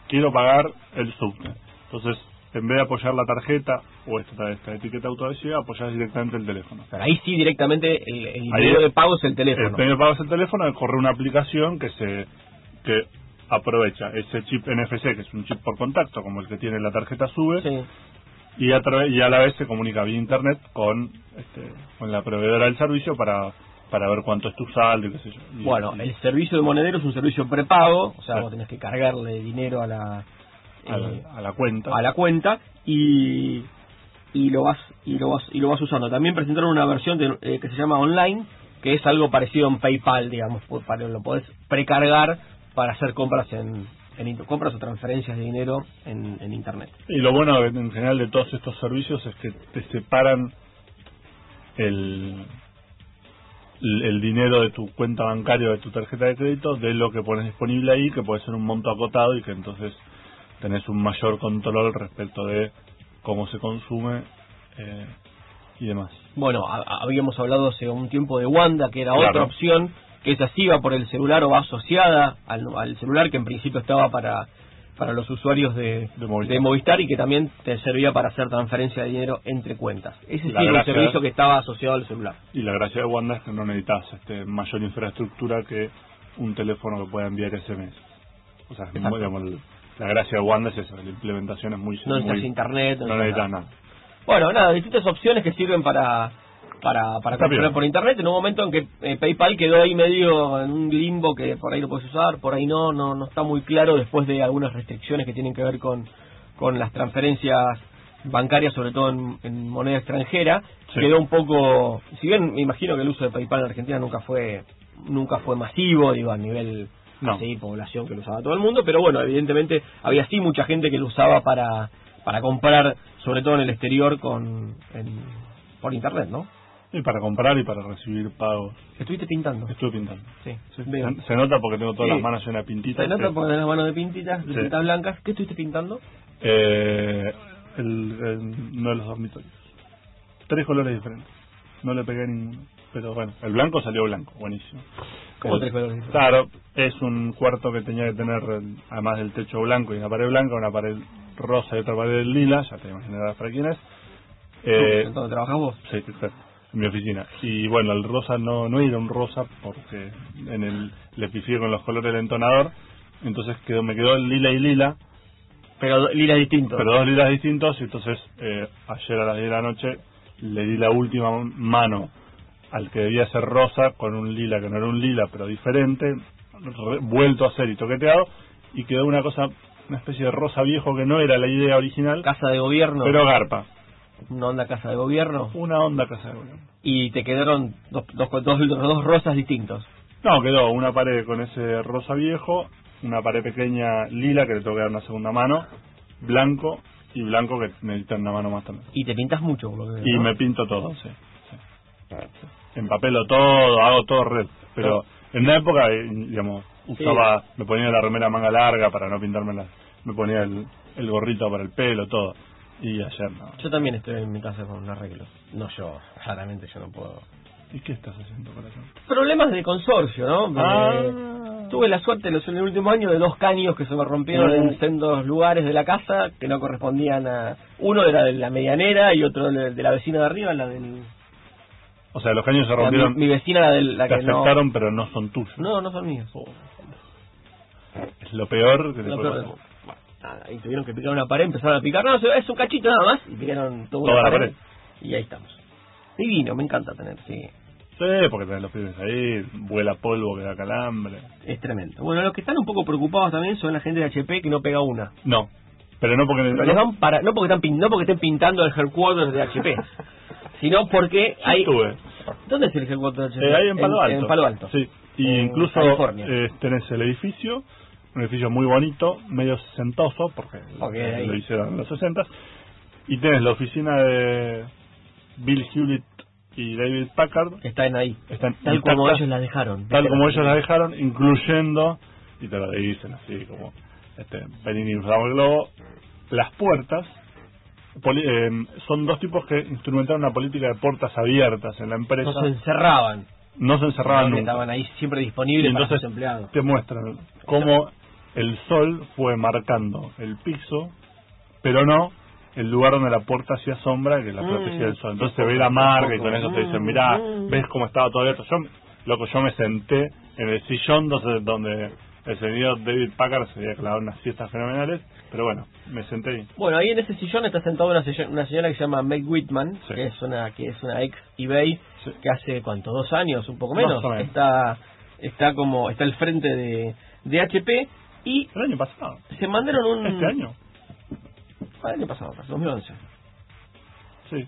S2: quiero pagar el subte. Entonces, en vez de apoyar la tarjeta o esta, esta etiqueta autoadhesiva, apoyás directamente el teléfono.
S3: pero ahí sí directamente el, el
S2: Ahí
S3: medio
S2: es-
S3: de pago es el
S2: El
S3: teléfono.
S2: primer pago es el teléfono, corre una aplicación que se que aprovecha ese chip NFC, que es un chip por contacto, como el que tiene la tarjeta SUBE,
S3: Sí.
S2: y a, través- y a la vez se comunica vía internet con este, con la proveedora del servicio para para ver cuánto es tu saldo y qué sé yo. Y-
S3: Bueno,
S2: y-
S3: el servicio de monedero es un servicio prepago, o sea,
S2: Sí.
S3: vos tenés que cargarle dinero a
S2: a
S3: la, eh,
S2: la, a la cuenta.
S3: a la cuenta y y lo vas y lo vas y lo vas usando también presentaron una versión de, eh, que se llama online que es algo parecido en PayPal digamos po- para lo podés precargar para hacer compras en, en inter- compras o transferencias de dinero en, en internet
S2: Y lo bueno de- en general de todos estos servicios es que te separan el el el dinero de tu cuenta bancaria o de tu tarjeta de crédito de lo que pones disponible ahí, que puede ser un monto acotado y que entonces tenés un mayor control respecto de cómo se consume eh, y demás.
S3: bueno ha- ha- habíamos hablado hace un tiempo de Wanda que era otra
S2: Claro.
S3: opción que esa sí va por el celular o va asociada al, al celular que en principio estaba para para los usuarios de,
S2: De Movistar.
S3: de Movistar y que también te servía para hacer transferencia de dinero entre cuentas.
S2: La
S3: Ese sí era un
S2: gracia-
S3: servicio que estaba asociado al celular.
S2: Y la gracia de Wanda es que no necesitas este, mayor infraestructura que un teléfono que pueda enviar SMS. O sea, es
S3: Exacto.
S2: muy, digamos, el- la gracia de Wanda es esa, la implementación es muy...
S3: No necesitas
S2: muy-
S3: internet, no
S2: No necesitas
S3: necesitas nada.
S2: nada.
S3: Bueno, nada, distintas opciones que sirven para para, para
S2: Está
S3: comprar
S2: bien.
S3: por internet en un momento en que eh, PayPal quedó ahí medio en un limbo que por ahí lo puedes usar, por ahí no, no no está muy claro después de algunas restricciones que tienen que ver con, con las transferencias bancarias, sobre todo en, en moneda extranjera,
S2: Sí.
S3: quedó un poco, si bien me imagino que el uso de PayPal en Argentina nunca fue nunca fue masivo, digo, a nivel
S2: No.
S3: así, población que lo usaba todo el mundo, pero bueno, evidentemente había sí mucha gente que lo usaba para, para comprar, sobre todo en el exterior, con en- por internet, ¿no?
S2: Y para comprar y para recibir pagos.
S3: Estuviste pintando.
S2: Estuve pintando.
S3: Sí,
S2: Sí.
S3: veo.
S2: Se, se nota porque tengo todas
S3: Sí.
S2: las manos llenas de pintitas. este,
S3: Se nota
S2: que-
S3: porque tenés mano de pintitas, de
S2: Sí.
S3: pintas blancas. ¿Qué estuviste pintando?
S2: Eh, el, el- uno de los dormitorios. Tres colores diferentes. No le pegué a ninguno. Pero bueno, el blanco salió blanco, buenísimo.
S3: ¿Cómo
S2: El-
S3: tres colores diferentes?
S2: Claro, es un cuarto que tenía que tener, eh, además del techo blanco y una pared blanca, una pared rosa y otra pared lila, ya te imaginarás para quién es. Eh,
S3: ¿En dónde trabajás vos?
S2: Sí, exacto, en mi oficina. Y bueno, el rosa no, no era un rosa porque en el, le pifié con los colores del entonador. Entonces quedó, me quedó el lila y lila,
S3: Pero lila distinto.
S2: pero dos lilas distintos. Y entonces eh, ayer a las 10 de la noche le di la última mano al que debía ser rosa con un lila que no era un lila, pero diferente, re- vuelto a ser y toqueteado. Y quedó una cosa una especie de rosa viejo que no era la idea original,
S3: Casa de gobierno.
S2: pero garpa.
S3: Una onda casa de gobierno.
S2: Una onda casa de gobierno.
S3: Y te quedaron dos, dos, dos, dos, dos rosas distintos.
S2: No, quedó una pared con ese rosa viejo, una pared pequeña lila que le tengo que dar una segunda mano, blanco y blanco que necesita una mano más también.
S3: Y te pintas mucho, por lo que veo,
S2: Y
S3: ¿no? Ah.
S2: me pinto todo, sí. sí. Empapelo todo, hago todo red. Pero en una época, eh, digamos, usaba, me ponía la remera manga larga para no pintármela, me ponía el, el gorrito para el pelo, todo. Y ayer no.
S3: Yo también estoy en mi casa con un arreglo. No yo, claramente yo no puedo.
S2: ¿Y qué estás haciendo, corazón?
S3: Problemas de consorcio, ¿no? Me-
S2: Ah.
S3: Tuve la suerte en los- en el último año de dos caños que se me rompieron en sendos lugares de la casa que no correspondían a... Uno era de la medianera y otro de de la vecina de arriba, la del...
S2: O sea, los caños se
S3: la- mi,
S2: rompieron,
S3: mi vecina, la, del, la
S2: te
S3: que no...
S2: afectaron, pero no son tuyos.
S3: No, no son míos.
S2: Oh. Es lo peor que te
S3: No,
S2: puede
S3: pero-
S2: pasar.
S3: bueno, nada, y tuvieron que picar una pared, empezaron a picar, no, se- es un cachito nada más, y picaron toda,
S2: Toda
S3: una
S2: la
S3: pared, Y ahí estamos. Divino, me encanta tener, sí,
S2: Sí, porque tenés los pibes ahí, vuela polvo que da calambre.
S3: es tremendo. Bueno, los que están un poco preocupados también son la gente de HP que no pega una.
S2: No, pero no porque...
S3: Pero les dan para, no, porque están, pin- no porque estén pintando el headquarters de HP, sino porque hay...
S2: Tuve.
S3: ¿Dónde es el headquarters de HP?
S2: Eh, ahí en Palo Alto.
S3: En, Palo Alto.
S2: Sí. Y
S3: En
S2: incluso
S3: California.
S2: eh, tenés el edificio, un edificio muy bonito, medio sentoso, porque
S3: Ok.
S2: lo hicieron en los 60 Y tenés la oficina de Bill Hewlett y David Packard,
S3: Que Están ahí.
S2: están
S3: Tal como
S2: intactas,
S3: ellos la dejaron.
S2: tal como ellos la dejaron, incluyendo, y te lo dicen así como este, Benini usaba el globo, las puertas. poli- eh, son dos tipos que instrumentaron una política de puertas abiertas en la empresa.
S3: No se encerraban.
S2: no se encerraban
S3: Porque
S2: nunca.
S3: Estaban ahí siempre
S2: Y
S3: disponibles para
S2: entonces
S3: sus empleados.
S2: te muestran cómo el sol fue marcando el piso, pero no el lugar donde la puerta hacía sombra que la
S3: Mm.
S2: protegía del sol. Entonces se ve la marca y con eso te dicen, mirá,
S3: Mm.
S2: ves cómo estaba todo abierto. Yo, me- loco, yo me senté en el sillón donde, donde el señor David Packard se había clavado unas siestas fenomenales, pero bueno, me senté ahí.
S3: Bueno, ahí en ese sillón está sentada una, sello- una señora que se llama Meg Whitman,
S2: Sí.
S3: que es una que es una ex eBay,
S2: Sí.
S3: que hace cuánto, dos años, un poco
S2: Más
S3: menos,
S2: o menos.
S3: está está como está al frente de, de HP y
S2: El año pasado.
S3: se mandaron un
S2: Este año.
S3: Ah, el año pasado, 2011.
S2: Sí,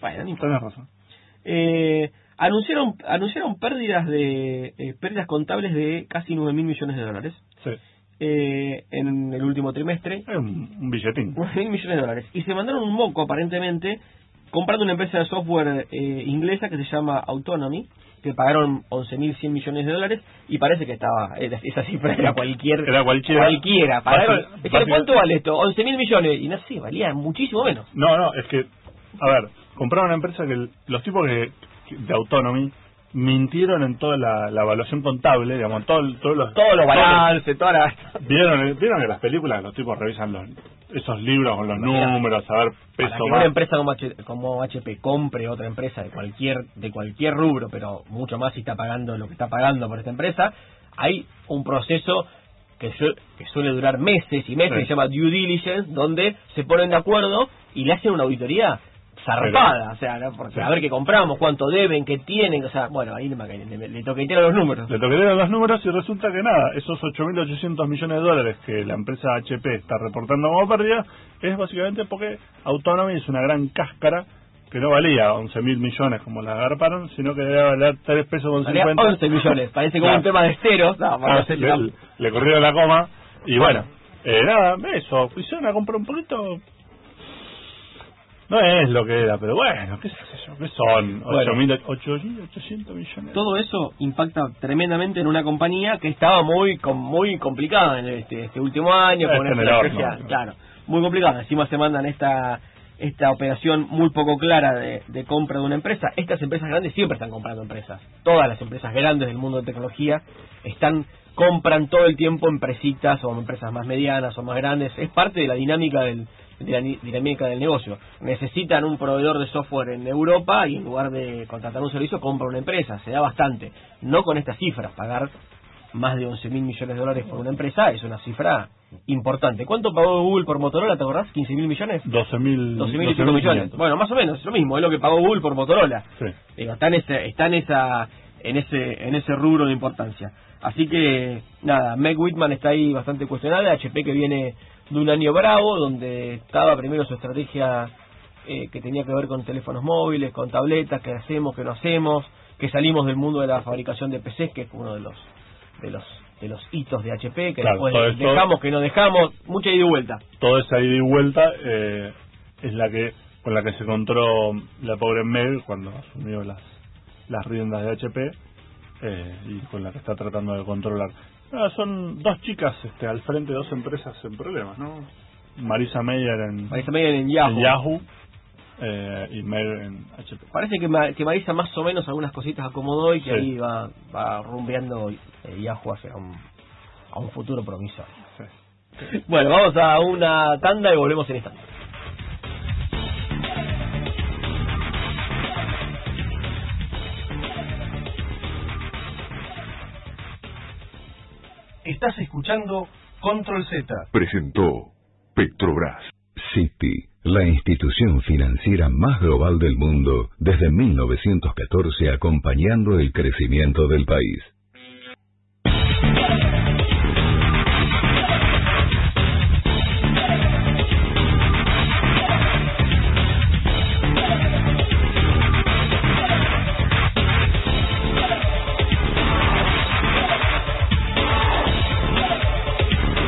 S3: Bueno, no importa.
S2: tenés razón.
S3: Eh, anunciaron anunciaron pérdidas de eh, pérdidas contables de casi 9 mil millones de dólares
S2: Sí.
S3: eh, en el último trimestre
S2: Es un, un billetín.
S3: 9 mil millones de dólares. Y se mandaron un moco, aparentemente, comprando una empresa de software eh, inglesa que se llama Autonomy, que pagaron 11.100 millones de dólares, y parece que estaba, era- esa cifra era cualquier...
S2: Era cualquiera.
S3: Cualquiera. Pagaron,
S2: Básica-
S3: dijeron,
S2: básica-
S3: ¿cuánto vale esto? 11.000 millones. Y no sé, valía muchísimo menos.
S2: No, no, es que, a ver, compraron una empresa que el- los tipos que, que- de Autonomy mintieron en toda la, la evaluación contable, digamos, en todo, el- todos los...
S3: Todos los
S2: todos
S3: balances, todas las...
S2: los- Vieron, el- vieron que las películas los tipos revisan los, esos libros con los
S3: Mira,
S2: números, a ver
S3: Para que
S2: peso
S3: una
S2: más.
S3: empresa como, H- como HP compre otra empresa de cualquier de cualquier rubro, pero mucho más si está pagando lo que está pagando por esta empresa, hay un proceso que, su- que suele durar meses y meses,
S2: Sí.
S3: que se llama due diligence, donde se ponen de acuerdo y le hacen una auditoría zarpada, o sea, ¿no? porque
S2: Sí.
S3: a ver qué compramos, cuánto deben, qué tienen, o sea, bueno, ahí le, le, le toquetearon los números.
S2: Le toquetearon los números y resulta que nada, esos 8.800 millones de dólares que la empresa HP está reportando como pérdida es básicamente porque Autonomy es una gran cáscara que no valía 11.000 millones como la agarparon, sino que debía valer 3 pesos con
S3: Valía
S2: 50.
S3: 11 millones, parece como un
S2: Claro.
S3: tema de ceros. No, para
S2: Ah,
S3: hacer-
S2: le, le corrieron la coma y bueno, eh, nada, eso, fusión a comprar un poquito. No es lo que era, pero bueno, qué sé yo, qué son
S3: Bueno.
S2: 8.000, 8.800 millones.
S3: todo eso impacta tremendamente en una compañía que estaba muy com- muy complicada en este, este último año
S2: Ah,
S3: con
S2: está en el
S3: una estrategia,
S2: horno.
S3: claro, muy complicada. Encima se mandan esta esta operación muy poco clara de, de compra de una empresa. Estas empresas grandes siempre están comprando empresas. Todas las empresas grandes del mundo de tecnología están compran todo el tiempo empresitas o empresas más medianas o más grandes. Es parte de la dinámica del de la ni- dinámica del negocio. Necesitan un proveedor de software en Europa y en lugar de contratar un servicio compra una empresa. Se da bastante. No con estas cifras. Pagar más de 11 mil millones de dólares por una empresa es una cifra importante. ¿Cuánto pagó Google por Motorola? ¿Te acordás? ¿15 mil millones?
S2: 12.000
S3: 12 mil y pico millones.
S2: 12.500.
S3: Bueno, más o menos, es lo mismo, es lo que pagó Google por Motorola.
S2: Sí.
S3: Digo, está en ese, está en esa, en ese, en ese rubro de importancia. Así que, nada, Meg Whitman está ahí bastante cuestionada, HP que viene de un año bravo, donde estaba primero su estrategia eh, que tenía que ver con teléfonos móviles, con tabletas, qué hacemos, qué no hacemos, que salimos del mundo de la fabricación de PCs, que es uno de los de los de los hitos de HP, que
S2: Claro,
S3: después
S2: todo esto-
S3: dejamos, que no dejamos, mucha ida y vuelta.
S2: toda esa ida y vuelta eh, es la que con la que se encontró la pobre Meg cuando asumió las las riendas de HP eh, y con la que está tratando de controlar. Ah, son dos chicas este, al frente de dos empresas en problemas, ¿no? Marisa Meyer en,
S3: Marisa Meyer en
S2: en
S3: Yahoo.
S2: Yahoo, eh, y Meg en HP.
S3: Parece que, Ma- que Marisa más o menos algunas cositas acomodó y que
S2: Sí.
S3: ahí va, va rumbeando eh, Yahoo hacia un, a un futuro promiso.
S2: Sí.
S3: Bueno, vamos a una tanda y volvemos en instante.
S1: Estás escuchando Control Z.
S4: presentó Petrobras City, la institución financiera más global del mundo desde 1914 acompañando el crecimiento del país.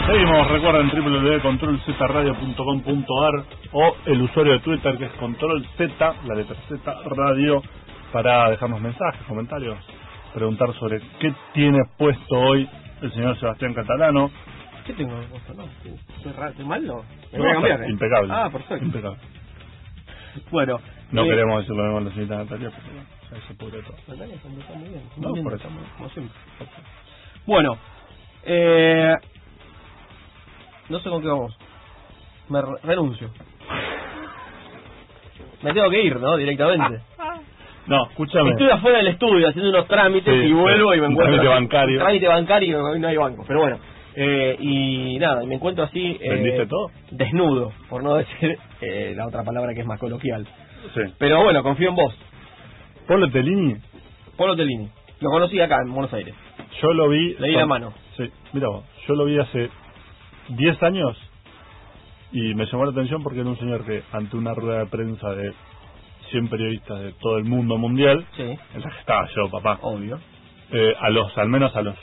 S2: Seguimos, recuerden www.controlzradio.com.ar o el usuario de Twitter que es controlz, la letra Z, radio, para dejarnos mensajes, comentarios, preguntar sobre qué tiene puesto hoy el señor Sebastián Catalano.
S3: ¿Qué tengo? puesto? No, ¿Estoy ra- estoy mal? No. Me voy a
S2: No,
S3: cambiar, ¿eh?
S2: Impecable.
S3: Ah, perfecto.
S2: Impecable.
S3: Bueno.
S2: No
S3: eh,
S2: queremos decir lo mismo a la señorita Natalia, porque bueno, ya se pudre todo.
S3: Natalia siempre está muy bien.
S2: No,
S3: Muy
S2: por
S3: bien,
S2: eso.
S3: como- como siempre. Bueno. Eh, no sé con qué vamos. Me re- renuncio. Me tengo que ir, ¿no? Directamente.
S2: No, escúchame.
S3: Estoy afuera del estudio haciendo unos trámites
S2: Sí,
S3: y vuelvo
S2: sí,
S3: y me
S2: un
S3: encuentro.
S2: trámite bancario.
S3: Un Trámite bancario, hoy no hay banco, pero bueno. Eh, y nada, me encuentro así. eh,
S2: ¿Vendiste todo?
S3: Desnudo, por no decir eh, la otra palabra que es más coloquial.
S2: Sí.
S3: Pero bueno, confío en vos.
S2: Polo Telini,
S3: Polo Telini. Lo conocí acá, en Buenos Aires.
S2: yo lo vi.
S3: Leí la mano.
S2: Sí, mira vos, yo lo vi hace 10 años y me llamó la atención porque era un señor que ante una rueda de prensa de 100 periodistas de todo el mundo mundial,
S3: Sí,
S2: en la que estaba yo, papá,
S3: obvio.
S2: eh, a los, al menos a los...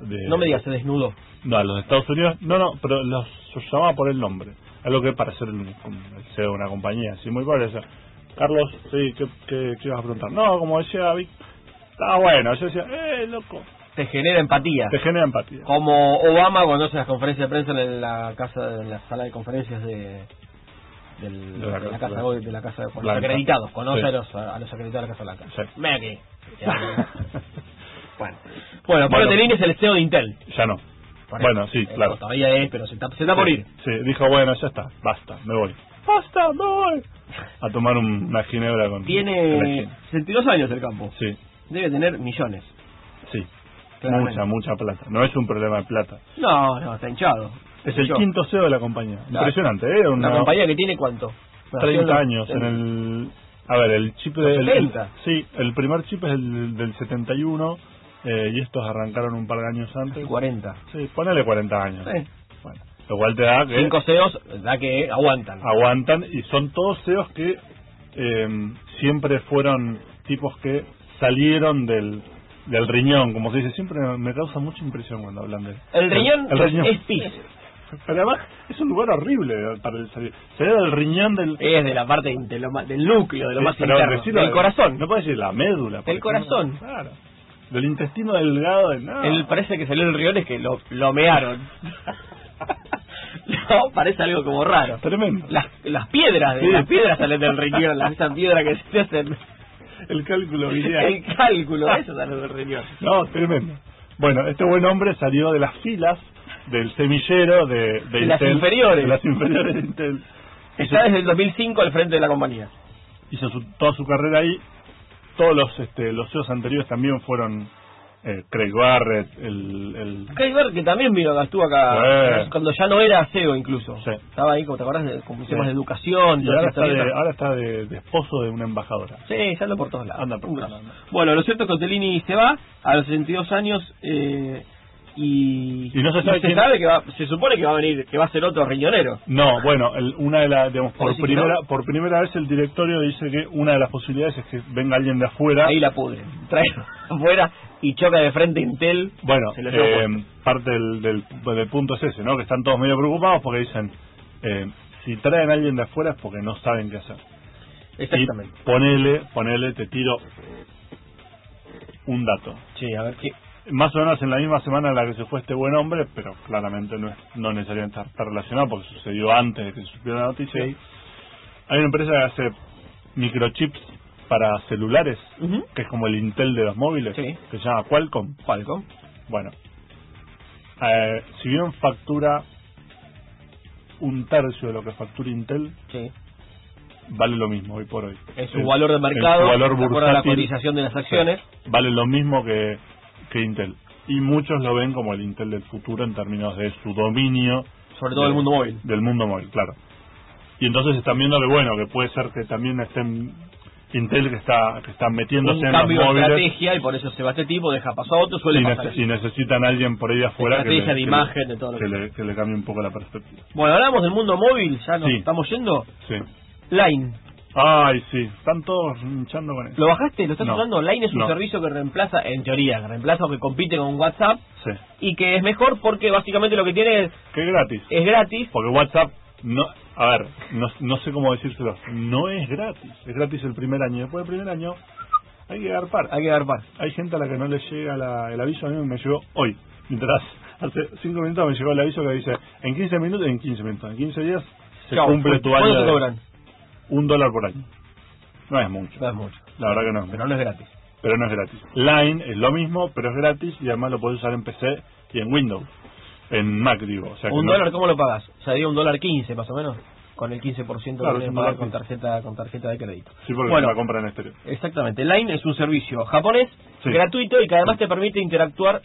S2: De,
S3: No me digas, se desnudó.
S2: No, a los de Estados Unidos, no, no, pero los los llamaba por el nombre, algo que para ser un- como el CEO de una compañía, así muy pobre, decía, Carlos, sí, ¿qué, qué, qué ibas a preguntar? No, como decía Vic, está bueno, yo decía, eh, loco,
S3: Te genera empatía.
S2: te genera empatía.
S3: Como Obama cuando hace las conferencias de prensa en la casa, en la sala de conferencias de, del-
S2: De la
S3: de la
S2: Casa
S3: casa de, de la casa de con los
S2: Blanca.
S3: acreditados, conoce
S2: Sí.
S3: a, los, a los acreditados de la Casa Blanca.
S2: Sí.
S3: Ven aquí. bueno, bueno, Pablo
S2: Bueno.
S3: Telini es el CEO de Intel.
S2: Ya no.
S3: por
S2: Bueno,
S3: ejemplo.
S2: sí,
S3: Eh,
S2: claro.
S3: Todavía es, pero se está, se está por
S2: Sí,
S3: ir.
S2: Sí, dijo, bueno, ya está, basta, me voy. Basta, me voy. A tomar un- una ginebra con... con la
S3: Tiene
S2: gente.
S3: 62 años el campo.
S2: Sí,
S3: Debe tener millones.
S2: sí.
S3: Claramente.
S2: Mucha, mucha plata. No es un problema de plata.
S3: No, no, está hinchado.
S2: Es el
S3: Yo.
S2: quinto CEO de la compañía. Impresionante, ¿eh?
S3: Una
S2: Una,
S3: compañía que tiene cuánto?
S2: 30 años en el... A ver, el chip del... el-
S3: 70.
S2: sí, el primer chip es el del 71 eh, y estos arrancaron un par de años antes.
S3: 40.
S2: Sí, ponele 40 años.
S3: Sí.
S2: Bueno, lo cual te da... que-
S3: Cinco CEOs, da que aguantan.
S2: aguantan y son todos CEOs que eh, siempre fueron tipos que salieron del, del riñón, como se dice, siempre me causa mucha impresión cuando hablan de
S3: El riñón,
S2: el riñón.
S3: es pis.
S2: Pero además es un lugar horrible para el salir. Sería del riñón del
S3: Es de la parte in- de lo ma- del núcleo, de Eh, lo
S2: Sí,
S3: más
S2: pero
S3: interno.
S2: decirlo-
S3: del corazón.
S2: No puedes decir la médula. por
S3: Del
S2: ejemplo.
S3: corazón.
S2: Claro. Del intestino delgado. De, no.
S3: Él parece que salió el riñón es que lo, lo mearon. no, parece algo como raro.
S2: Tremendo.
S3: Las, las piedras, de-
S2: Sí.
S3: las piedras salen del riñón, las, esas piedras que se te hacen.
S2: El cálculo biliar.
S3: El cálculo, eso sale del riñón.
S2: No, tremendo. Bueno, este buen hombre salió de las filas del semillero de, de
S3: De las
S2: Intel,
S3: inferiores.
S2: de las inferiores de Intel. Hizo,
S3: Está desde el 2005 al frente de la compañía.
S2: hizo su- toda su carrera ahí. Todos los este, los CEOs anteriores también fueron eh, Craig Barrett, el, el
S3: Hay ver que también vino, estuvo acá
S2: Sí.
S3: cuando ya no era CEO incluso.
S2: Sí.
S3: Estaba ahí, como te acordás, de, con temas
S2: Sí.
S3: de educación.
S2: y
S3: todas
S2: ahora
S3: esas
S2: está, de,
S3: historietas.
S2: ahora está de, de esposo de una embajadora.
S3: Sí, ya anda por todos lados.
S2: Anda por
S3: Un
S2: todos
S3: grosso.
S2: lados.
S3: Bueno, lo cierto es que Ottolini se va a los 62 años eh, y y,
S2: Y no se sabe quién-
S3: sabe que va, se supone que va a venir, que va a ser otro riñonero.
S2: No, bueno, el- una de las, digamos, por
S3: ¿Vos decís que
S2: primera,
S3: no?
S2: por primera vez el directorio dice que una de las posibilidades es que venga alguien de afuera.
S3: Ahí la pudre. Trae afuera y choca de frente Intel.
S2: Bueno,
S3: Se lo llevo
S2: eh, parte del, del, del punto es ese, ¿no? Que están todos medio preocupados porque dicen, eh, si traen a alguien de afuera es porque no saben qué hacer.
S3: Exactamente.
S2: Y ponele, ponele, te tiro un dato.
S3: Sí, a ver qué.
S2: Más o menos en la misma semana en la que se fue este buen hombre, pero claramente no, es, no necesariamente está relacionado porque sucedió antes de que se supiera la noticia. Hay una empresa que hace microchips para celulares,
S3: Ujú.
S2: que es como el Intel de los móviles,
S3: Sí.
S2: que se llama Qualcomm.
S3: Falcon.
S2: Bueno, eh, si bien factura un tercio de lo que factura Intel,
S3: Sí.
S2: vale lo mismo hoy por hoy.
S3: Es su
S2: El-
S3: valor de
S2: el-
S3: mercado.
S2: su valor
S3: de acuerdo a la
S2: bursátil,
S3: cotización de las acciones.
S2: sí, vale lo mismo que, que Intel. Y muchos lo ven como el Intel del futuro en términos de su dominio
S3: Sobre todo
S2: de-
S3: el mundo móvil.
S2: del mundo móvil, claro. Y entonces están viendo que bueno, que puede ser que también estén Intel que está que están metiéndose
S3: Un
S2: en los
S3: cambio de
S2: móviles
S3: estrategia y por eso se va este tipo, deja paso a otro,
S2: y,
S3: suele pasar.
S2: nece- y necesitan a alguien por ahí afuera que
S3: estrategia
S2: le-
S3: de
S2: que
S3: imagen,
S2: le-
S3: de todo lo
S2: que
S3: que-
S2: le- que le cambie un poco la perspectiva.
S3: Bueno, hablamos del mundo móvil, ya nos
S2: Sí.
S3: estamos yendo.
S2: Sí.
S3: Line.
S2: Ay, sí. Están todos hinchando con eso.
S3: ¿Lo bajaste? ¿Lo estás
S2: No.
S3: usando? Line es un
S2: No.
S3: servicio que reemplaza, en teoría, que reemplaza o que compite con WhatsApp
S2: Sí.
S3: y que es mejor porque básicamente lo que tiene es,
S2: Que es gratis.
S3: es gratis.
S2: Porque WhatsApp, no, a ver, no, no sé cómo decírselo. No es gratis. Es gratis el primer año. Después del primer año hay que agarpar. Hay,
S3: Hay que agarpar.
S2: hay gente a la que no le llega la- el aviso. A mí me llegó hoy. Mientras hace 5 minutos me llegó el aviso que dice, en 15 minutos, en 15 minutos, en 15 días se
S3: Chau.
S2: cumple tu
S3: ¿Cuánto
S2: año
S3: te
S2: de
S3: cobran?
S2: un dólar por año. No es mucho.
S3: No es mucho,
S2: La verdad que no es mucho.
S3: pero no es gratis.
S2: pero no es gratis. Line es lo mismo, pero es gratis y además lo puedes usar en PC y en Windows. En Mac, digo. O sea, que
S3: ¿Un
S2: no-
S3: dólar cómo lo pagas? Sería un dólar 15 más o menos, con el 15%
S2: Claro,
S3: que
S2: es
S3: tienes
S2: un
S3: que
S2: dólar
S3: pagar con tarjeta, con tarjeta de crédito.
S2: Sí, porque
S3: bueno,
S2: se la compra en exterior.
S3: Exactamente, Line es un servicio japonés
S2: Sí.
S3: gratuito y que además te permite interactuar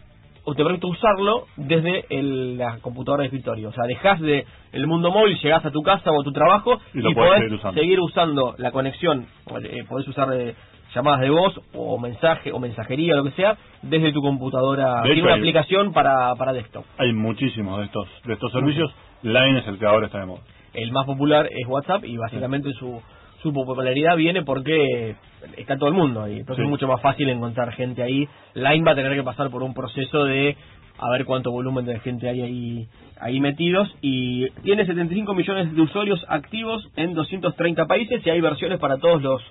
S3: o te permite usarlo desde el- la computadora de escritorio. O sea, dejas de el mundo móvil, llegas a tu casa o a tu trabajo
S2: Y
S3: y,
S2: lo podés
S3: podés
S2: seguir
S3: seguir
S2: usando.
S3: usando. la conexión, o, eh, podés usar eh, llamadas de voz o mensaje o mensajería, lo que sea, desde tu computadora.
S2: De hecho,
S3: Tiene una
S2: hay-
S3: aplicación para, para desktop.
S2: Hay muchísimos de estos de estos servicios. Line es el que ahora está de moda.
S3: El más popular es WhatsApp y básicamente su, su popularidad viene porque está todo el mundo ahí. Entonces
S2: Sí.
S3: es mucho más fácil encontrar gente ahí. Line va a tener que pasar por un proceso de a ver cuánto volumen de gente hay ahí, ahí metidos. Y tiene 75 millones de usuarios activos en 230 países y hay versiones para todos los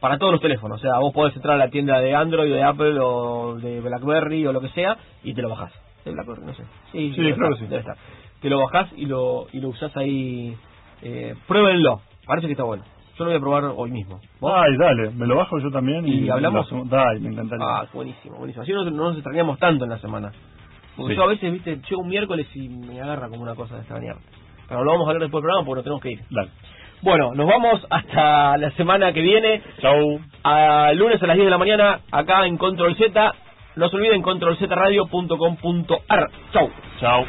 S3: para todos los teléfonos. O sea, vos podés entrar a la tienda de Android, de Apple o de BlackBerry o lo que sea y te lo bajás. De BlackBerry, no sé. Sí,
S2: Sí,
S3: debe
S2: claro que
S3: estar,
S2: sí.
S3: debe estar. Te lo bajás y lo, y lo usás ahí. Eh, pruébenlo. Parece que está bueno. Yo lo voy a probar hoy mismo. ¿Vos?
S2: Ay, dale, me lo bajo yo también. ¿Y,
S3: ¿Y hablamos?
S2: lo hacemos. Dale, me encantaría.
S3: Ah, buenísimo, buenísimo. Así no, no nos extrañamos tanto en la semana. Porque
S2: Sí.
S3: yo a veces, viste, llego un miércoles y me agarra como una cosa de extrañar. Pero lo vamos a hablar después del programa porque nos tenemos que ir.
S2: Dale.
S3: Bueno, nos vamos hasta la semana que viene.
S2: Chau.
S3: a lunes a las 10 de la mañana acá en Control Z. No se olviden controlzradio.com.ar. Chau.
S2: Chau.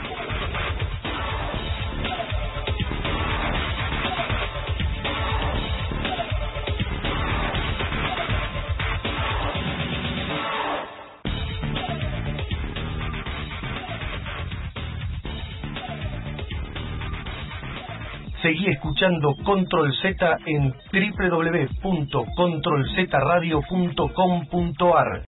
S1: Seguí escuchando Control Z en www.controlzradio.com.ar.